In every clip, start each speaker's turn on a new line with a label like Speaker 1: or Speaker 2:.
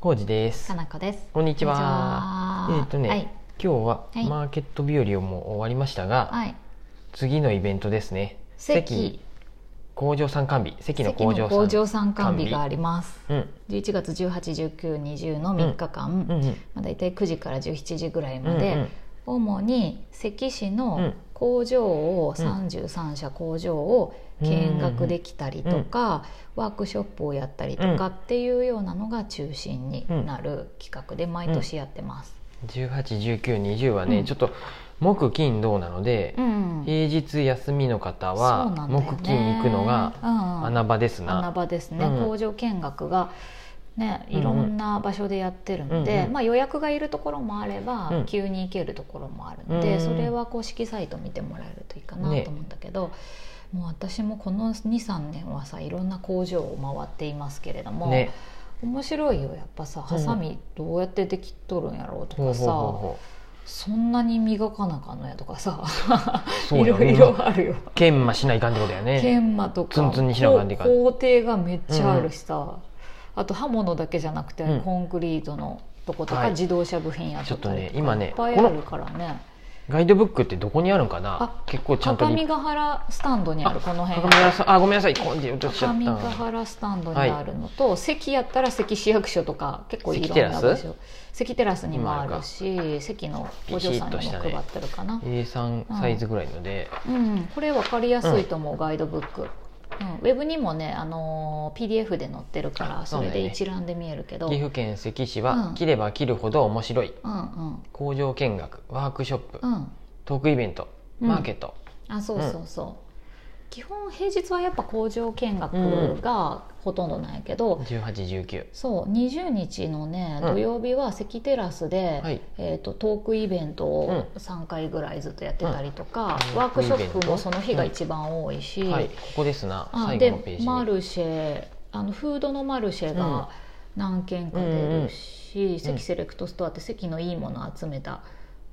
Speaker 1: 浩二です
Speaker 2: か。なこです。
Speaker 1: こんにちは。
Speaker 2: こん
Speaker 1: え
Speaker 2: に
Speaker 1: っ
Speaker 2: ち
Speaker 1: と
Speaker 2: は
Speaker 1: ね、
Speaker 2: はい。
Speaker 1: 今日は
Speaker 2: はい
Speaker 1: マーケット日和をもう終わりましたが、
Speaker 2: はい。
Speaker 1: 次のイベントですね。
Speaker 2: 席
Speaker 1: 工場参観日、席の
Speaker 2: 席
Speaker 1: 工
Speaker 2: の
Speaker 1: 場
Speaker 2: 工場
Speaker 1: 参
Speaker 2: 参観日があ
Speaker 1: り。
Speaker 2: ります。
Speaker 1: うん、
Speaker 2: 11月18、19、20の3日間、
Speaker 1: うん、うん、
Speaker 2: まあ大体9時から17時ぐらい
Speaker 1: うん、
Speaker 2: ま
Speaker 1: うん、
Speaker 2: で、主に関市
Speaker 1: うん
Speaker 2: の工場を、33社工場を見学できたりとか、ワークショップをやったりとかっていうようなのが中心になる企画で毎年やってます。
Speaker 1: 十八、十九、二十はね、
Speaker 2: うん
Speaker 1: ちょっと木金土なので、
Speaker 2: うん
Speaker 1: 平日休みの方
Speaker 2: そ
Speaker 1: は
Speaker 2: うなんだよね
Speaker 1: 木金行くのが
Speaker 2: うん
Speaker 1: 穴場です
Speaker 2: 穴
Speaker 1: な。
Speaker 2: 場ですね、
Speaker 1: うん
Speaker 2: 工場見学が、ね、
Speaker 1: うんうん
Speaker 2: いろんな場所でやってるので、
Speaker 1: うんうん
Speaker 2: まあ、予約がいるところもあれば、
Speaker 1: うん
Speaker 2: 急に行けるところもあるので、
Speaker 1: うん
Speaker 2: それは公式サイト見てもらえるといいかな
Speaker 1: ね
Speaker 2: と思うんだけど、もう私もこの23年はさいろんな工場を回っていますけれども、
Speaker 1: ね、
Speaker 2: 面白いよやっぱさハサミどうやってできとるんやろうと
Speaker 1: ほう
Speaker 2: か
Speaker 1: ほ
Speaker 2: さ、
Speaker 1: うほ
Speaker 2: そんなに磨かなあかんのやとかさ
Speaker 1: そう
Speaker 2: い
Speaker 1: や
Speaker 2: ろ
Speaker 1: ね
Speaker 2: いろあるよ。
Speaker 1: う。研磨しないかんってことだよね。
Speaker 2: 研磨とか
Speaker 1: ツンツンにしなあかんっていうか
Speaker 2: 工程がめっちゃあるしさ、あと刃物だけじゃなくて、
Speaker 1: うん
Speaker 2: コンクリートのとことか、
Speaker 1: はい
Speaker 2: 自動車部品やとか
Speaker 1: ちょっとね今ね
Speaker 2: いっぱいあるからね
Speaker 1: ガイドブックってどこにあるんかな
Speaker 2: あ
Speaker 1: 結構ちゃんと
Speaker 2: 各
Speaker 1: リ
Speaker 2: 務原スタンドにあるこの辺
Speaker 1: 各務原さんあごめんなさいコンって落としち
Speaker 2: 各
Speaker 1: ゃっ
Speaker 2: 務
Speaker 1: た
Speaker 2: 原スタンドにあるのと、関やったら関市役所とか結構いろん
Speaker 1: 関
Speaker 2: な
Speaker 1: テラ
Speaker 2: 場
Speaker 1: ス
Speaker 2: 所関テラスにもあるし関のお嬢さんにも配ってるかな、
Speaker 1: A3 サイズぐらいので、
Speaker 2: うん、これ分かりやすいと思う、ガイドブック、うん、ウェブにもね、あのー PDF で載ってるか
Speaker 1: あ
Speaker 2: ら
Speaker 1: そう
Speaker 2: そ
Speaker 1: だ
Speaker 2: れ
Speaker 1: よね
Speaker 2: で一覧で見えるけどう,、
Speaker 1: 岐阜県関市は、
Speaker 2: うん
Speaker 1: 切れば切るほど面白い
Speaker 2: んうん
Speaker 1: 工場見学ワークショップ、
Speaker 2: うん
Speaker 1: トークイベント
Speaker 2: うん
Speaker 1: マーケット、
Speaker 2: あそうそうそう、基本平日はやっぱ工場見学がほとんどなんやけど、
Speaker 1: 1819
Speaker 2: そう20日のね
Speaker 1: うん
Speaker 2: 土曜日は関テラスで、
Speaker 1: はい
Speaker 2: えー、とトークイベントを
Speaker 1: う
Speaker 2: 3回ぐらいずっとやってたりとか、
Speaker 1: うん
Speaker 2: ワークショッ
Speaker 1: トークイベン
Speaker 2: プ
Speaker 1: ト
Speaker 2: もその日が一番多いし、
Speaker 1: はいここですな
Speaker 2: あ
Speaker 1: 最
Speaker 2: で
Speaker 1: 後のページに
Speaker 2: マルシェあのフードのマルシェ
Speaker 1: うん
Speaker 2: が何軒か出るし、
Speaker 1: うんうん
Speaker 2: 関セレクトストアって関のいいものを集めた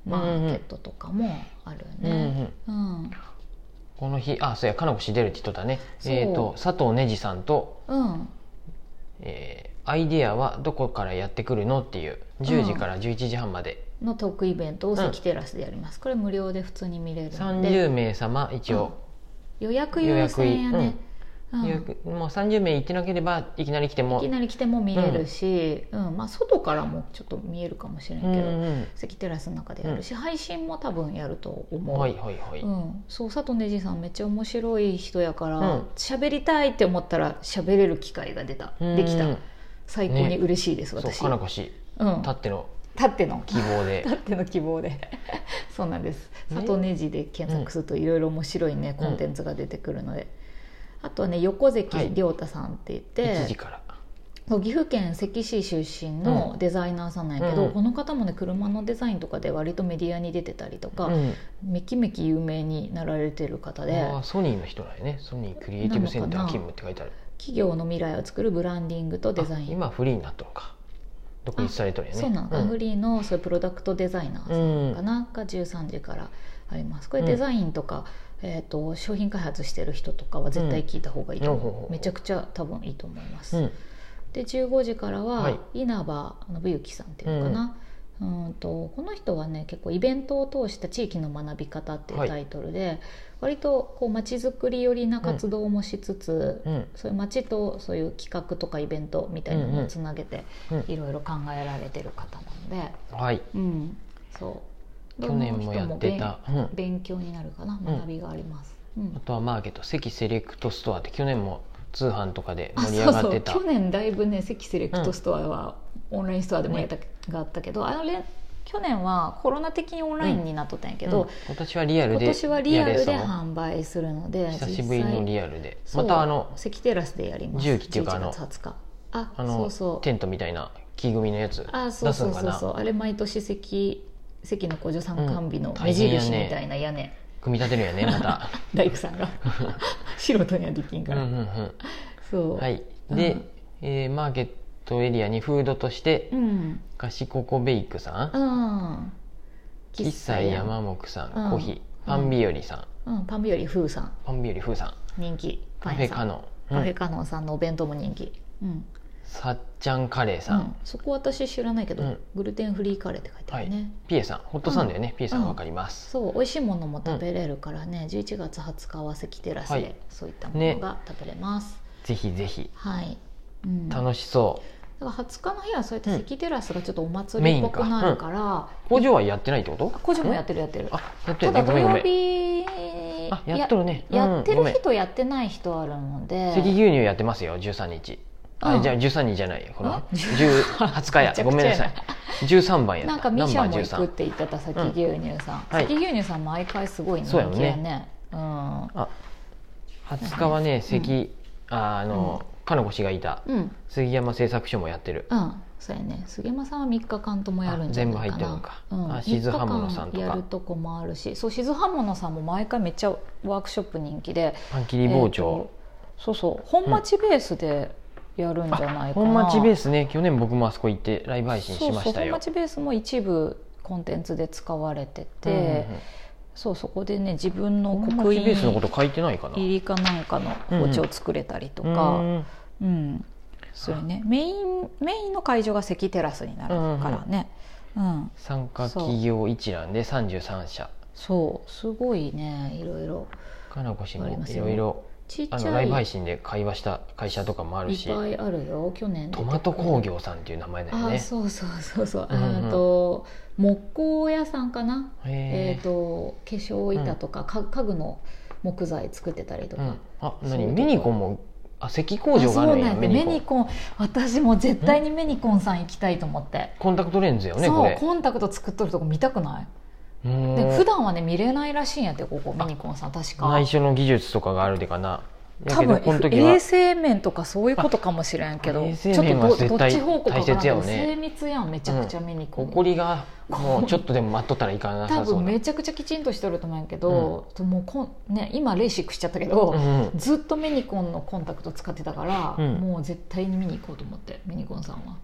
Speaker 2: マーケットとかもあるよ
Speaker 1: うん
Speaker 2: ね。
Speaker 1: うん
Speaker 2: うんうん
Speaker 1: この日あそうやかなこ氏出るって言っとったね
Speaker 2: そう
Speaker 1: えっ、と佐藤ねじさんと、えーアイディアはどこからやってくるの?」っていう10時から11時半まで、
Speaker 2: のトークイベントを
Speaker 1: うん
Speaker 2: 関テラスでやります、これ無料で普通に見れるので
Speaker 1: 30名様一応、
Speaker 2: 予約優先やね、うん
Speaker 1: 予約もう30名行ってなければいきなり来ても
Speaker 2: いきなり来ても見れるし、うんまあ、外からもちょっと見えるかもしれんけ
Speaker 1: うん
Speaker 2: ど、
Speaker 1: うん
Speaker 2: 関テラスの中でやるし、配信も多分やると思う、
Speaker 1: はいはいはい、
Speaker 2: うん、そう佐藤ねじさんめっちゃ面白い人やか
Speaker 1: うん
Speaker 2: ら喋、りたいって思ったら喋れる機会が出た
Speaker 1: うん
Speaker 2: できた最高
Speaker 1: ね
Speaker 2: に嬉しいです、
Speaker 1: そう
Speaker 2: 私
Speaker 1: かなこ氏
Speaker 2: うん、
Speaker 1: た
Speaker 2: 立
Speaker 1: っての
Speaker 2: っての
Speaker 1: 希望で
Speaker 2: 立っての希望でそうなんです
Speaker 1: ね
Speaker 2: 佐藤ねじで検索するといろいろ面白いね、コンテンツが出てくるので。あとはね横
Speaker 1: はい
Speaker 2: 関亮太さんって言って、
Speaker 1: 1時から
Speaker 2: そう岐阜県関市出身
Speaker 1: う
Speaker 2: の
Speaker 1: ん
Speaker 2: デザイナーさんなんやけど、
Speaker 1: うん
Speaker 2: この方もね車のデザインとかで割とメディアに出てたりとか、
Speaker 1: うん
Speaker 2: めきめき有名になられてる方で
Speaker 1: あーソニーの人なんやねソニークリエイティブセンター勤務って書いてある
Speaker 2: 企業の未来を作るブランディングとデザイ
Speaker 1: あ
Speaker 2: ン、
Speaker 1: 今フリーになったのか独立されとるよね
Speaker 2: そうなのか、
Speaker 1: ん
Speaker 2: フリーのそういうプロダクトデザイナーさんかな、が13時からありますこれ
Speaker 1: うん
Speaker 2: デザインとか、えー、と商品開発してる人とかは絶対聞いた方がいいと思う、
Speaker 1: うん
Speaker 2: めちゃくちゃ多分いいと思います、
Speaker 1: うん
Speaker 2: で15時からは、
Speaker 1: はい
Speaker 2: 稲葉信之さんっていうのかな、うん、とこの人はね結構イベントを通した地域の学び方っていうタイトルで、割とこう街づくり寄りな活動もしつつ、
Speaker 1: うん
Speaker 2: そういう街とそういう企画とかイベントみたいなのをつなげて
Speaker 1: うんうん
Speaker 2: いろいろ考えられてる方なので、
Speaker 1: はい
Speaker 2: うん、そう
Speaker 1: 去年もやってた、
Speaker 2: どの人も
Speaker 1: うん、
Speaker 2: 勉勉強になるかな学びがあります、うん
Speaker 1: あとはマーケット関セレクトストアって去年も通販とかで
Speaker 2: あ
Speaker 1: 盛り上
Speaker 2: そう
Speaker 1: が
Speaker 2: そ
Speaker 1: って
Speaker 2: う
Speaker 1: た
Speaker 2: 去年だいぶね関セレクトストアは、オンラインストアでもやった、があったけどあれ去年はコロナ的にオンラインになっとったんやけど、
Speaker 1: うん今年はリアル
Speaker 2: 今
Speaker 1: で
Speaker 2: 年はリアルで
Speaker 1: やれそう
Speaker 2: 販売するので
Speaker 1: 久しぶりのリアルで
Speaker 2: 実際
Speaker 1: またあの
Speaker 2: そう関テラスでやります
Speaker 1: 重機っていうかあの
Speaker 2: 11月20日あ
Speaker 1: あの
Speaker 2: そうそう
Speaker 1: テントみたいな木組みのやつ
Speaker 2: あそ
Speaker 1: 出
Speaker 2: う
Speaker 1: す
Speaker 2: そ
Speaker 1: ん
Speaker 2: う
Speaker 1: か
Speaker 2: そう
Speaker 1: な
Speaker 2: そうあれ毎年関関の工場参観日
Speaker 1: うん
Speaker 2: の
Speaker 1: 大
Speaker 2: 目
Speaker 1: 変やね
Speaker 2: 印みたいな屋根、
Speaker 1: 組み立てるよねま た
Speaker 2: 大工さ んが素人にはできん
Speaker 1: う
Speaker 2: か
Speaker 1: ん
Speaker 2: ら、
Speaker 1: うん
Speaker 2: そううん
Speaker 1: はい
Speaker 2: うん
Speaker 1: で、えーマーケットエリアにフードとして
Speaker 2: うん
Speaker 1: 菓子ココベイクさん
Speaker 2: うん
Speaker 1: 喫茶山木さん、
Speaker 2: うん
Speaker 1: コーヒーパ
Speaker 2: う
Speaker 1: ン
Speaker 2: ん
Speaker 1: ビオリさん、
Speaker 2: うん、パンビオリフーさん
Speaker 1: パンビオリフーさん
Speaker 2: 人気
Speaker 1: カ
Speaker 2: パン
Speaker 1: フェ
Speaker 2: 屋さ
Speaker 1: カ
Speaker 2: ん
Speaker 1: ノン、
Speaker 2: カフ
Speaker 1: う
Speaker 2: ェ
Speaker 1: ん
Speaker 2: カノンさんのお弁当も人気、うん、
Speaker 1: さっちゃんカレーさ、
Speaker 2: うんんそこ私知らないけど、
Speaker 1: うん
Speaker 2: グルテンフリーカレーって書いてあるね、
Speaker 1: ピエさんホットサンだよね、ピエさんわかります、
Speaker 2: そう美味しいものも食べれるからね、11月20日は関テラスで、
Speaker 1: はい
Speaker 2: そういったものが食べれます、
Speaker 1: ぜひぜひ
Speaker 2: はい、うん、だか
Speaker 1: 楽しそう、
Speaker 2: ら20日の日はそういった関テラスがちょっとお祭りっぽくなるから、
Speaker 1: 工場はやってないってこと
Speaker 2: あ工場もやってるやってる
Speaker 1: あやって
Speaker 2: た
Speaker 1: るね
Speaker 2: だ
Speaker 1: ご
Speaker 2: 土
Speaker 1: めんご
Speaker 2: 曜
Speaker 1: めん
Speaker 2: 日
Speaker 1: あやっとるね
Speaker 2: ややって
Speaker 1: うんご
Speaker 2: る
Speaker 1: めん
Speaker 2: 日とやってない日とあるので、
Speaker 1: 赤牛乳やってますよ13日あ、
Speaker 2: うん
Speaker 1: じゃあ13日じゃないよこの
Speaker 2: ん
Speaker 1: 10 20日や
Speaker 2: めちゃくちゃや
Speaker 1: ごめんなさい13番やった
Speaker 2: なんかミシャも
Speaker 1: ナンバー
Speaker 2: 行
Speaker 1: 13
Speaker 2: くって言ってた関牛乳さん、
Speaker 1: はい
Speaker 2: 関牛乳さん毎回すごい人気
Speaker 1: そうや
Speaker 2: や
Speaker 1: ろ
Speaker 2: ね
Speaker 1: ね
Speaker 2: うん、
Speaker 1: あ20日はね関、ああの、かのこ氏がいた
Speaker 2: うん
Speaker 1: 杉山製作所もやってる
Speaker 2: うんそうやね杉山さんは3日間ともやるんじゃな
Speaker 1: あ
Speaker 2: いか
Speaker 1: 全部入
Speaker 2: な
Speaker 1: ってるのか
Speaker 2: うん、
Speaker 1: あ静刃物さんとか
Speaker 2: 三日間やるとこもあるしそう静刃物さんも毎回めっちゃワークショップ人気で
Speaker 1: パン切り包丁、
Speaker 2: えーとそうそう本町ベースでやるんじゃないかな、
Speaker 1: 本町ベースね去年僕もあそこ行ってライブ配信しま
Speaker 2: そう
Speaker 1: し
Speaker 2: そう
Speaker 1: た
Speaker 2: 本
Speaker 1: よ
Speaker 2: 町ベースも一部コンテンツで使われてて、そうそこでね自分の
Speaker 1: うんうんうん本
Speaker 2: 刻
Speaker 1: 町ベースのこ
Speaker 2: 印
Speaker 1: と書いてないかな
Speaker 2: 入りかなんかの包丁を作れたりと
Speaker 1: う
Speaker 2: か、
Speaker 1: ん
Speaker 2: うんそれねメインメインの会場が関テラスになるからね、うん
Speaker 1: 参加企業一覧で33社
Speaker 2: そうすごいねいろいろ
Speaker 1: かなこ氏も
Speaker 2: あります
Speaker 1: い
Speaker 2: よ
Speaker 1: ろいろ
Speaker 2: ちっち
Speaker 1: あ
Speaker 2: ゃい
Speaker 1: のライブ配信で会話した会社とかもある
Speaker 2: いっ
Speaker 1: し
Speaker 2: ぱいあるよ去年出
Speaker 1: ト
Speaker 2: てくれ
Speaker 1: マト工業さんっていう名前だよ
Speaker 2: あ
Speaker 1: ね
Speaker 2: そうそうそうそう、
Speaker 1: うんうん
Speaker 2: あと木工屋さんかなえ
Speaker 1: へ
Speaker 2: ー、
Speaker 1: ー
Speaker 2: と化粧板とか,、か家具の木材作ってたりと
Speaker 1: う
Speaker 2: か、
Speaker 1: んあ
Speaker 2: そうい
Speaker 1: 何
Speaker 2: うとこ
Speaker 1: メニコンもあ石工
Speaker 2: あ
Speaker 1: 場があるん
Speaker 2: そうな
Speaker 1: や
Speaker 2: んで
Speaker 1: メ
Speaker 2: メ
Speaker 1: ニ
Speaker 2: ニ
Speaker 1: コン
Speaker 2: コン私も絶対にメニコンさん行きたいと思って、
Speaker 1: コンタクトレンズよねこ
Speaker 2: そう
Speaker 1: れ
Speaker 2: コンタクト作っとるとこ見たくな
Speaker 1: う
Speaker 2: い
Speaker 1: ーん
Speaker 2: で普段はね見れないらしいんやってここメニコンさん確か
Speaker 1: 内緒の技術とかがあるでかなや
Speaker 2: 多
Speaker 1: けど
Speaker 2: 分
Speaker 1: この時は
Speaker 2: 衛生面とかそういうことかもしれんけど
Speaker 1: あ衛
Speaker 2: ち
Speaker 1: 生
Speaker 2: ょっ
Speaker 1: 面は
Speaker 2: とど
Speaker 1: 絶
Speaker 2: どっ
Speaker 1: 対
Speaker 2: ち方向かわからん
Speaker 1: 大切
Speaker 2: け
Speaker 1: や
Speaker 2: ど
Speaker 1: わね
Speaker 2: 精密やんめちゃくちゃメニコン、
Speaker 1: ほこりがもうちょっとでも待っとったらいかな
Speaker 2: 多
Speaker 1: さそう
Speaker 2: 分
Speaker 1: な
Speaker 2: めちゃくちゃきちんとしてると思うんやけど、ともうこんね、今レーシックしちゃったけど、
Speaker 1: うんうん
Speaker 2: ずっとメニコンのコンタクト使ってたから、
Speaker 1: うん
Speaker 2: もう絶対に見に行こうと思ってメニコンさんは、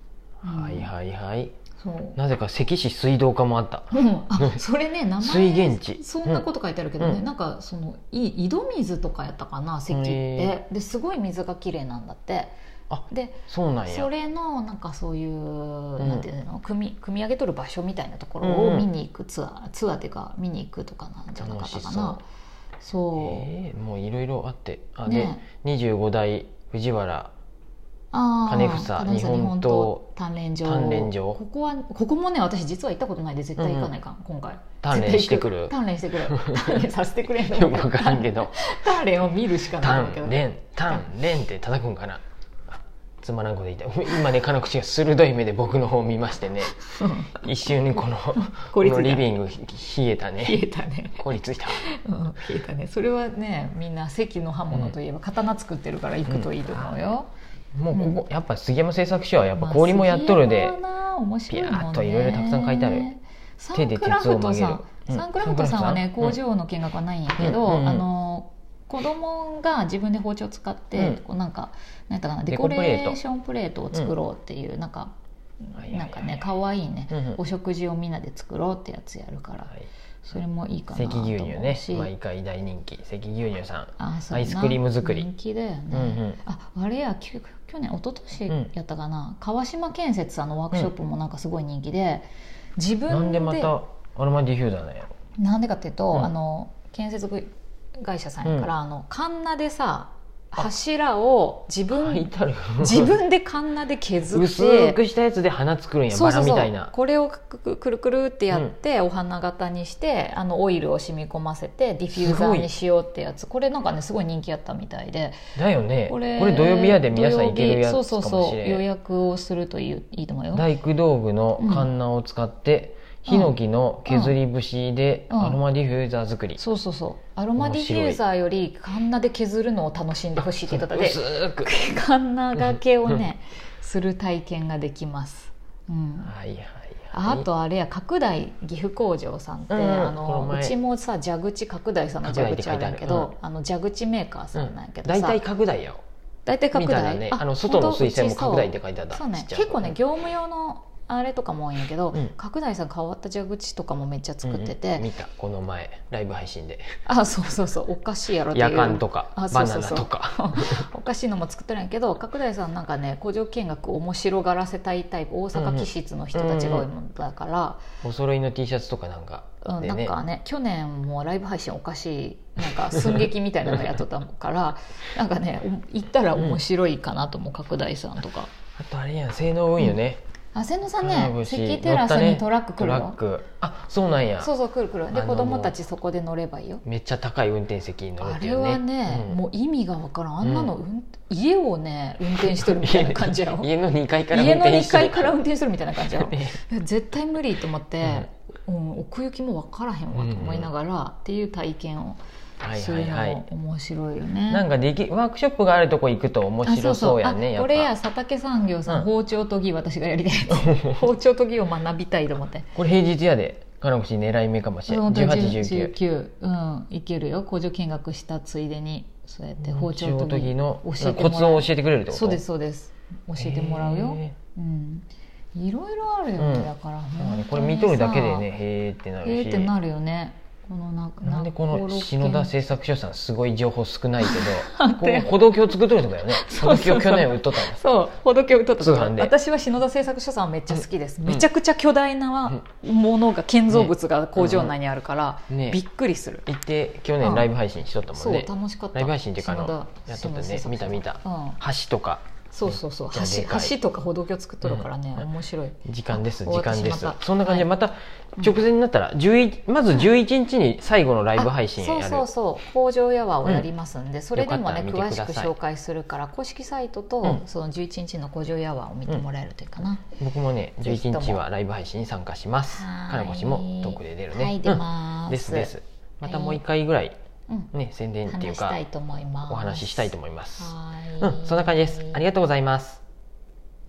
Speaker 2: うん
Speaker 1: はいはいはい
Speaker 2: そう、
Speaker 1: なぜか関市水道課もあった
Speaker 2: うん、あそれね名前
Speaker 1: 水源地
Speaker 2: そんなこと書いてあるけどね、
Speaker 1: うん
Speaker 2: なんかそのい井戸水とかやったかな石っ
Speaker 1: へ
Speaker 2: てですごい水がきれいなんだって
Speaker 1: あ
Speaker 2: で
Speaker 1: そうなんや
Speaker 2: それのなんかそういう、
Speaker 1: ん
Speaker 2: なんていうの組み組み上げとる場所みたいなところ
Speaker 1: うんう
Speaker 2: を
Speaker 1: ん
Speaker 2: 見に行くツアー、ツアーっていうか見に行くとかなんじゃなかったかな
Speaker 1: 楽
Speaker 2: そう、
Speaker 1: えーもういろいろあってあで
Speaker 2: ね
Speaker 1: 25代藤原
Speaker 2: あー
Speaker 1: 金房
Speaker 2: 金
Speaker 1: 日本刀
Speaker 2: 鍛錬場
Speaker 1: 鍛錬場
Speaker 2: ここはここもね私実は行ったことないで絶対行かないかん、今回
Speaker 1: 鍛錬してくる
Speaker 2: 絶対行く鍛� 練してくる鍛錬させてくれんの
Speaker 1: よくわからんけど
Speaker 2: 鍛錬を見るしかないん
Speaker 1: タ
Speaker 2: だけど
Speaker 1: ンレンタンレンって叩くんかなあつまらんこと言いたい今ね彼の口が鋭い目で僕の方を見ましてね一瞬に この
Speaker 2: 凍
Speaker 1: こ
Speaker 2: りついた
Speaker 1: のリビングひ冷えた
Speaker 2: 冷
Speaker 1: ね
Speaker 2: えたね、
Speaker 1: 凍りついた
Speaker 2: うん、冷えたねそれはねみんな関の刃物といえば刀作ってるから行くといいと思うよ、
Speaker 1: もうここやっぱ杉山製作所はやっぱ氷もやっとるで
Speaker 2: まあ杉山はな面白いもんね
Speaker 1: ピヤーっといろいろたくさん書いてある
Speaker 2: サ
Speaker 1: 手
Speaker 2: ン
Speaker 1: で
Speaker 2: クラ
Speaker 1: 鉄を
Speaker 2: フ
Speaker 1: 曲
Speaker 2: ト
Speaker 1: げる
Speaker 2: さん、
Speaker 1: うん
Speaker 2: サンクラフトさんはね
Speaker 1: サンクラ
Speaker 2: 工
Speaker 1: フトさん
Speaker 2: 場の見学はないんやけど、
Speaker 1: うんうんうん
Speaker 2: あの子供が自分で包丁使って、
Speaker 1: うん
Speaker 2: こうなんかなんやったかな
Speaker 1: デ
Speaker 2: デ
Speaker 1: コ
Speaker 2: コ
Speaker 1: プレート
Speaker 2: レーションプレートを作ろうっていう、なんか
Speaker 1: はいはいはい
Speaker 2: なんかね可愛いね、
Speaker 1: うんうん
Speaker 2: お食事をみんなで作ろうってやつやるから、
Speaker 1: はい
Speaker 2: それもいいかなと
Speaker 1: 関
Speaker 2: 思う
Speaker 1: 牛
Speaker 2: し
Speaker 1: 乳ね毎回大人気関牛乳さん
Speaker 2: あそう
Speaker 1: アイスクリーム作り
Speaker 2: 人気だよね、
Speaker 1: うんうん
Speaker 2: ああれやき去年一
Speaker 1: う
Speaker 2: 昨
Speaker 1: ん
Speaker 2: 年やったかな、川島建設さんのワークショップもなんかすごい人気で、自分で
Speaker 1: なんでまたアロマディフューザーなんやろ
Speaker 2: なんでかっていうと、
Speaker 1: うん
Speaker 2: あの建設会社さんやから、あのカンナでさ柱を自
Speaker 1: 書い
Speaker 2: 分
Speaker 1: てある
Speaker 2: 自分でカンナで削っ て
Speaker 1: 薄くしたやつで花作るんや
Speaker 2: そう
Speaker 1: バ
Speaker 2: そ
Speaker 1: ラ
Speaker 2: う
Speaker 1: み
Speaker 2: そ
Speaker 1: たいな
Speaker 2: うこれをくくくるくるってやって、お花形にしてあのオイルを染み込ませてディフューザーにしようってやつこれなんかねすごい人気やったみたいで
Speaker 1: だよねこれ土曜日屋で皆さん行けるやつかもしれ
Speaker 2: そ
Speaker 1: ん
Speaker 2: うそうそう予約をするといいいいと思うよ
Speaker 1: 大工道具のカンナを使って、
Speaker 2: うん
Speaker 1: ヒノキの削り節で
Speaker 2: うん
Speaker 1: アロマディフューザー作り、
Speaker 2: そうそうそうアロマディフューザーよりカンナで削るのを楽しんでほしいって言ってたで
Speaker 1: 薄く
Speaker 2: カンナがけをねする体験ができます、 うん、
Speaker 1: はいはいはい
Speaker 2: ああとあれや拡大岐阜工場さんって、
Speaker 1: うん
Speaker 2: あ
Speaker 1: この
Speaker 2: の
Speaker 1: 前
Speaker 2: うちもさ蛇口拡大さんの蛇口あるんや
Speaker 1: 拡大っ
Speaker 2: け
Speaker 1: て書い
Speaker 2: ど
Speaker 1: て
Speaker 2: あの蛇口メーカーさんなんやけど
Speaker 1: 大
Speaker 2: さ、
Speaker 1: 体拡大や
Speaker 2: 大体
Speaker 1: み
Speaker 2: 拡
Speaker 1: たいな
Speaker 2: 大
Speaker 1: ねあの外の水栓も拡大って書いてあった
Speaker 2: そうね
Speaker 1: ちっちゃい
Speaker 2: 結構ね業務用のあれとかも多いんやけど、
Speaker 1: うん
Speaker 2: 角大さん変わった蛇口とかもめっちゃ作ってて、
Speaker 1: うんうん見たこの前ライブ配信で
Speaker 2: あそうそうそうおかしいやろっていう
Speaker 1: 夜間とか
Speaker 2: あそ
Speaker 1: バ
Speaker 2: う
Speaker 1: ナ
Speaker 2: そう
Speaker 1: ナ
Speaker 2: そう
Speaker 1: とか
Speaker 2: おかしいのも作ってるんやけど角大さんなんかね工場見学面白がらせたいタイプ大阪気質の人たちが多いもんだから、
Speaker 1: お揃いの T シャツとかなんか
Speaker 2: うん
Speaker 1: で
Speaker 2: なん
Speaker 1: ね
Speaker 2: かね去年もライブ配信おかしいなんか寸劇みたいなのやっとっ たからなんかね行ったら面白いかなとも角大さんとか。
Speaker 1: あとあれやん性能運よね、
Speaker 2: あ千野さん
Speaker 1: 金
Speaker 2: ね
Speaker 1: 星
Speaker 2: 関テラス
Speaker 1: 乗ったね
Speaker 2: にトラック
Speaker 1: ト
Speaker 2: 来る
Speaker 1: ラッ
Speaker 2: の、
Speaker 1: クあそうなんや
Speaker 2: そうそう来る来るで
Speaker 1: あの
Speaker 2: 子供たちそこで乗ればいいよ
Speaker 1: めっちゃ高い運転席に乗る
Speaker 2: あ
Speaker 1: ってい
Speaker 2: れ
Speaker 1: うね
Speaker 2: はね、
Speaker 1: うん
Speaker 2: もう意味がわからんあんなの、うん家をね運転してるみたいな感じやろ
Speaker 1: 家の2階から運
Speaker 2: 家の
Speaker 1: 転
Speaker 2: 2
Speaker 1: して
Speaker 2: 階から運転するみた いな感じやろ
Speaker 1: ね
Speaker 2: いや絶対無理と思って、うん奥行きも分からへんわと思いながら、っていう体験を
Speaker 1: はい
Speaker 2: す
Speaker 1: は
Speaker 2: る
Speaker 1: い
Speaker 2: の
Speaker 1: はい
Speaker 2: も面白いよね、
Speaker 1: なんかできワークショップがあるとこ行くと面白そうやね
Speaker 2: あ
Speaker 1: や
Speaker 2: これ
Speaker 1: っ
Speaker 2: や
Speaker 1: ぱ
Speaker 2: 佐竹産業さん、
Speaker 1: うん
Speaker 2: 包丁研ぎ私がやりたいや つ包丁研ぎを学びたいと思って
Speaker 1: これ平日やで金口狙い目かもしれん1819
Speaker 2: 19うんいけるよ工場見学したついでにそうやって包丁
Speaker 1: 中央
Speaker 2: 研ぎ
Speaker 1: 研ぎの
Speaker 2: 教えてもらう
Speaker 1: コツを教えてくれるってこと
Speaker 2: そうですそうです教えてもらうよ、
Speaker 1: へ
Speaker 2: うんいろいろあるよ、
Speaker 1: うん
Speaker 2: だから
Speaker 1: ーなんかねこれ
Speaker 2: 本当にさ
Speaker 1: 見とるだけでねへーってなるし
Speaker 2: えーってなるよねこのな
Speaker 1: なんでこの篠田製作所さんすごい情報少ないけ どこ
Speaker 2: 当や
Speaker 1: う歩道橋作っとるとかよね
Speaker 2: そ
Speaker 1: 歩道
Speaker 2: うそうそう
Speaker 1: 橋去年売っとったんです
Speaker 2: そうほどけを取った
Speaker 1: 通販で
Speaker 2: 私は篠田製作所さんめっちゃ好きです、
Speaker 1: うん
Speaker 2: めちゃくちゃ巨大なものが建造物が工場内にあるから、
Speaker 1: うんね
Speaker 2: びっくりする、
Speaker 1: 行って去年ライブ配信しとったも
Speaker 2: そ
Speaker 1: ん
Speaker 2: う
Speaker 1: ね
Speaker 2: 楽しかった
Speaker 1: ライブ配信っていうかあの
Speaker 2: 篠田
Speaker 1: やっとったね
Speaker 2: 篠田製作所
Speaker 1: 見た見た
Speaker 2: うん、
Speaker 1: 橋とか
Speaker 2: そうそうそう
Speaker 1: めっちゃで
Speaker 2: 橋
Speaker 1: かい
Speaker 2: 橋とか歩道橋作っとるからね、
Speaker 1: うん
Speaker 2: 面白い
Speaker 1: 時間です
Speaker 2: あ
Speaker 1: 時間です
Speaker 2: 終わってしまった
Speaker 1: そんな感じで
Speaker 2: はい
Speaker 1: また直前になったら11まず11日に最後のライブ配信やる
Speaker 2: あそうそうそう工場やわをやりますんで、それでもね
Speaker 1: よかったら見
Speaker 2: 詳
Speaker 1: て
Speaker 2: し
Speaker 1: くだ
Speaker 2: く
Speaker 1: さい
Speaker 2: 紹介するから公式サイトと、
Speaker 1: うん
Speaker 2: その11日の工場やわを見てもらえるといいかな、
Speaker 1: 僕もね
Speaker 2: ぜひとも
Speaker 1: 11日はライブ配信に参加します
Speaker 2: はーい
Speaker 1: 金星もトークで出るね
Speaker 2: はい出ます
Speaker 1: うんですですまたもう一回ぐらい
Speaker 2: うん
Speaker 1: ね宣伝っていう
Speaker 2: 話し
Speaker 1: か
Speaker 2: たいと思います
Speaker 1: お話ししたいと思います
Speaker 2: はい
Speaker 1: うんそんな感じですありがとうございます